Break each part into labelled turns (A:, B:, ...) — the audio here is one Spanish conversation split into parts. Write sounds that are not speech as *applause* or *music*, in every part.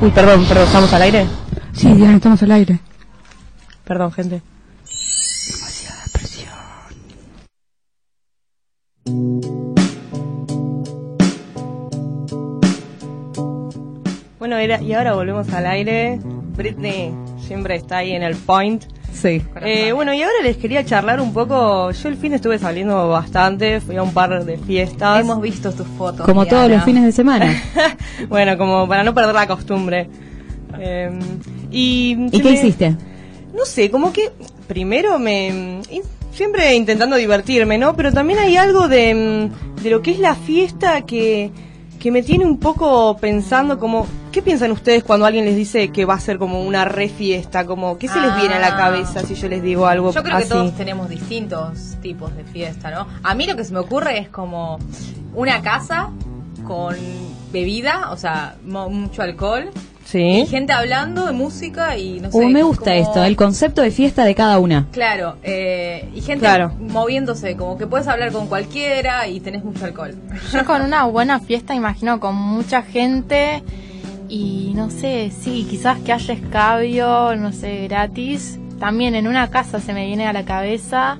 A: Uy, perdón, perdón, estamos al aire.
B: Sí, ya no estamos al aire.
A: Perdón, gente.
B: Demasiada presión.
A: Bueno, era, y ahora volvemos al aire. Britney siempre está ahí en el point.
C: Sí.
A: Eh, bueno, y ahora les quería charlar un poco. Yo el fin estuve saliendo bastante, fui a un par de fiestas.
D: Hemos visto tus fotos.
C: Como
D: Diana.
C: todos los fines de
D: *laughs*
C: semana.
A: *laughs* bueno, como para no perder la costumbre. Eh, ¿Y,
C: ¿Y
A: se
C: qué
A: me-
C: hiciste?
A: No sé, como que primero me... y Siempre intentando divertirme, ¿no? Pero también hay algo de, mm, de lo que es la fiesta que, que me tiene un poco pensando como... ¿Qué piensan ustedes cuando alguien les dice que va a ser como una re fiesta? Como, ¿Qué se les viene a la
D: Ah.
A: cabeza si yo les digo algo
D: Yo creo
A: así?
C: Ah,
D: que todos tenemos distintos tipos de fiesta, ¿no? A mí lo que se me ocurre es como una casa con bebida, o sea, mo- mucho alcohol, y
A: Sí.
D: gente hablando de música y no sé.
C: ¿Eh? Uh, me gusta
D: como-
C: esto, el concepto de fiesta de cada una.
D: Claro, eh, y gente
A: Claro.
D: moviéndose, como que puedes hablar con cualquiera y tenés mucho alcohol.
E: Yo con una buena fiesta imagino con mucha gente y no sé, sí, quizás que haya escabio, no sé, gratis. También en una casa se me viene a la cabeza.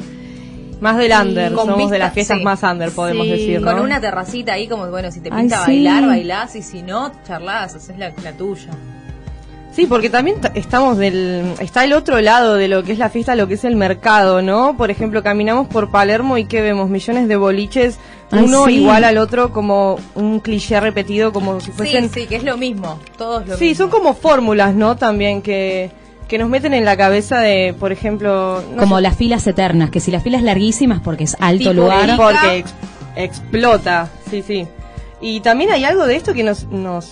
A: Más del
E: Y
A: under,
D: con
A: somos de
D: vista-
A: las fiestas
D: sí.
A: más under, podemos
E: Sí.
A: decir, ¿no?
D: Con una terracita ahí, como bueno, si te
C: Ay,
D: pinta
C: sí.
D: bailar, bailás, y si no, charlás, haces la, la tuya.
A: Sí, porque también t- estamos del está el otro lado de lo que es la fiesta, lo que es el mercado, ¿no? Por ejemplo, caminamos por Palermo y qué vemos millones de boliches,
C: Ay,
A: uno
C: sí.
A: igual al otro como un cliché repetido como si
C: Pues
D: Sí,
A: fuesen
D: sí, que es lo mismo, todos lo
A: Sí,
D: mismo.
A: son como fórmulas, ¿no? También que que nos meten en la cabeza de, por ejemplo, no
C: Como
A: sé,
C: las filas eternas, que si las filas larguísimas porque es alto
D: Tipo
C: lugar.
D: de-
A: porque ex- explota. Sí, sí. Y también hay algo de esto que nos nos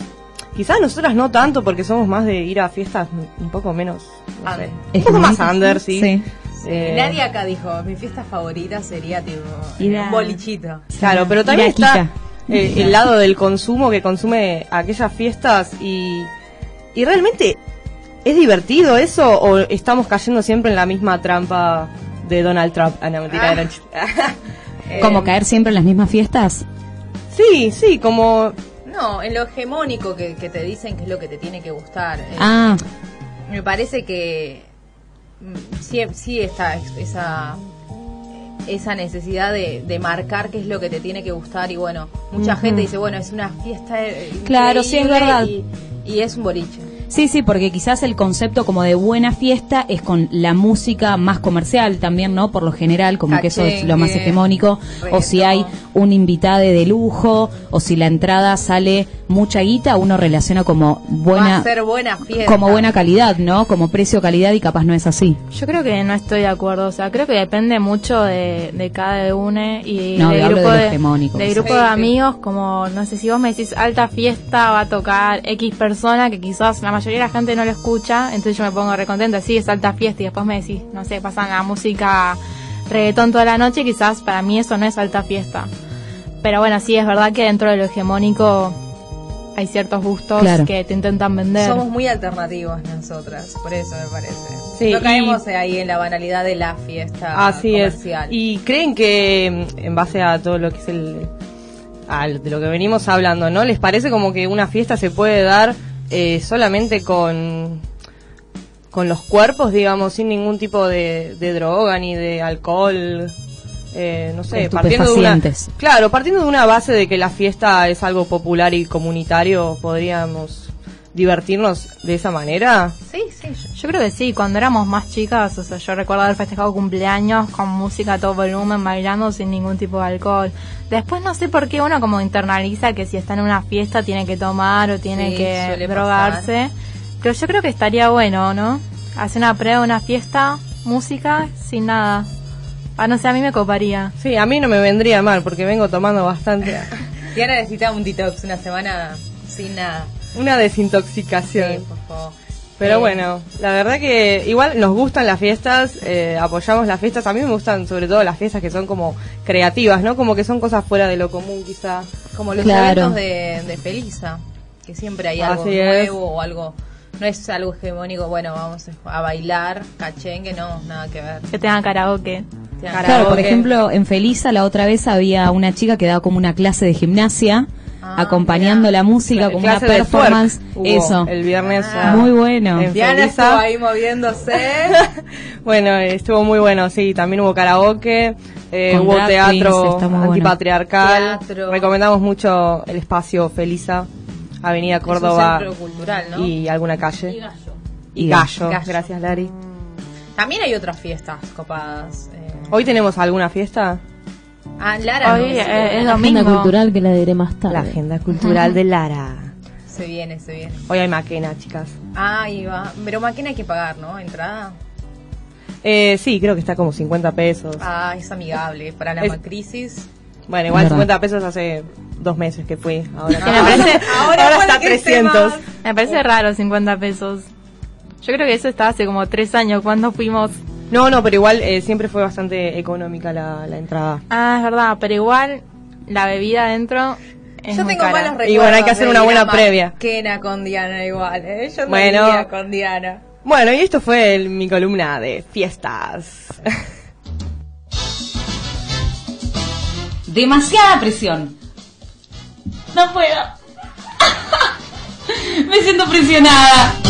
A: quizás nosotras no tanto porque somos más de ir a fiestas un poco menos, no sé,
D: Under.
A: un poco más
C: Económicas,
A: under,
C: sí.
D: Sí,
A: Eh,
D: Nadie acá dijo, mi fiesta favorita sería tipo
C: Ir a-
D: un bolichito.
A: Claro, pero también está
C: Iraquita.
A: eh, el lado del consumo que consume aquellas fiestas y, y realmente es divertido eso o estamos cayendo siempre en la misma trampa de Donald Trump. Ah, no, mentira,
D: Ah.
A: era un chiste. *laughs*
D: eh,
C: Como caer siempre en las mismas fiestas.
A: Sí, sí, como
D: No, en lo hegemónico que, que te dicen que es lo que te tiene que gustar. Eh,
C: Ah,
D: Me parece que mm, sí, sí está ex- esa esa necesidad de, de marcar qué es lo que te tiene que gustar y bueno, mucha gente dice, bueno, es una fiesta eh,
C: Claro, sí, es
D: increíble
C: verdad.
D: y, y es un boliche.
C: sí, sí, porque quizás el concepto como de buena fiesta es con la música más comercial también, ¿no? Por lo general, como que eso es lo más
D: Cachengue,
C: hegemónico. O si hay
D: reggaetón.
C: un invitado de lujo, o si la entrada sale mucha guita, uno relaciona como
D: Va a
C: buena,
D: ser buena fiesta.
C: como buena calidad, ¿no? Como precio-calidad y capaz no es así.
E: Yo creo que no estoy de acuerdo, o sea, creo que depende mucho de, de cada uno y
C: No,
E: del
C: hablo
E: grupo
C: de lo
E: de,
C: hegemónico.
E: del grupo
D: Sí,
E: de
D: sí.
E: amigos, como, no sé, si vos me decís alta fiesta, va a tocar X persona que quizás la mayoría de la gente no lo escucha, entonces yo me pongo recontenta, sí, es alta fiesta y después me decís, no sé, pasan la música reggaetón toda la noche, quizás para mí eso no es alta fiesta. Pero bueno, sí, es verdad que dentro de lo hegemónico hay ciertos gustos
C: Claro.
E: que te intentan vender.
D: Somos muy alternativas nosotras, por eso me parece.
A: Sí,
D: no caemos
A: y-
D: ahí en la banalidad de la fiesta
A: Así
D: comercial.
A: es. Y creen que mm, en base a todo lo que es el a lo- de lo que venimos hablando, ¿no? ¿Les parece como que una fiesta se puede dar eh, solamente con con los cuerpos, digamos, sin ningún tipo de, de droga ni de alcohol? Eh, no sé, partiendo de una,
C: Estupefacientes.
A: claro, partiendo de una base de que la fiesta es algo popular y comunitario, podríamos divertirnos de esa manera.
D: Sí, sí, yo-
E: Yo creo que sí, cuando éramos más chicas, o sea, yo recuerdo haber festejado cumpleaños con música a todo volumen, bailando sin ningún tipo de alcohol. Después no sé por qué uno como internaliza que si está en una fiesta tiene que tomar o tiene
D: Sí,
E: que
D: suele
E: drogarse. Pero yo creo que estaría bueno, ¿no? Hacer una prueba, una fiesta, música, sin nada. Ah, no sé, a mí me coparía.
A: Sí, a mí no me vendría mal porque vengo tomando bastante.
D: Diana necesita un detox, una semana sin nada.
A: Una desintoxicación.
D: Sí, por favor.
A: Pero
D: Eh,
A: bueno, la verdad que igual nos gustan las fiestas, eh, apoyamos las fiestas. A mí me gustan sobre todo las fiestas que son como creativas, ¿no? Como que son cosas fuera de lo común, quizá.
D: Como los
C: Claro.
D: eventos de, de Felisa, que siempre hay algo
A: Así
D: nuevo
A: es.
D: o algo. No es algo hegemónico, bueno, vamos a bailar, cachengue, no, nada que ver.
E: Que tenga karaoke.
D: Tiene-
A: Cara-
C: Claro, por
A: Karaoke.
C: ejemplo, en Felisa la otra vez había una chica que daba como una clase de gimnasia
D: Ah,
C: acompañando la
D: mirá.
C: música como una
A: Clase de
C: performance.
A: twerk hubo
C: Eso.
A: El viernes.
D: Ah.
A: a-
C: Muy bueno.
A: en
D: Diana
A: Felisa.
D: estaba
A: *laughs*
D: ahí moviéndose.
A: Bueno, eh, estuvo muy bueno, sí. También hubo karaoke, eh,
C: Con
A: hubo
C: drag queens,
A: teatro
C: está muy bueno.
A: antipatriarcal.
D: Teatro.
A: Recomendamos mucho el espacio Felisa, Avenida Córdoba
D: Es un centro cultural, ¿no?
A: y alguna calle. Y Gallo.
C: Y
D: Gallo.
A: Gracias, Lari.
D: También hay otras fiestas copadas. eh.
A: ¿Hoy tenemos alguna fiesta?
D: Ah, Lara
E: Hoy
D: no,
A: eh,
E: es,
D: se-
E: es
F: La agenda
E: domingo.
F: cultural que la diré más tarde.
A: agenda cultural de Lara.
D: se viene, se viene.
A: *laughs* Hoy hay maquena, chicas.
D: Ah, ahí va. Pero máquina hay que pagar, ¿no? Entrada.
A: Eh, sí, creo que está como 50 pesos.
D: Ah, es amigable. Para la
A: Es-
D: macrisis.
A: Bueno, igual
C: Verdad.
A: 50 pesos hace dos meses que fui. Ahora,
E: Me parece-
A: *laughs* ahora,
D: ahora
A: está
D: puede que esté
A: 300.
D: más.
E: Me parece raro 50 pesos. Yo creo que eso está hace como tres años cuando fuimos.
A: No, no, pero igual eh, siempre fue bastante económica la, la entrada.
E: Ah, es verdad, pero igual la bebida adentro es
D: Yo
E: muy
D: tengo
E: cara.
D: malos recuerdos.
A: Y bueno, hay que hacer
D: de
A: una
D: ir
A: buena
D: a
A: previa.
D: Maquena con Diana igual, ¿eh? Yo no
A: Bueno.
D: iría con Diana.
A: Bueno, y esto fue el- mi columna de fiestas.
C: Demasiada presión. No puedo. Me siento presionada.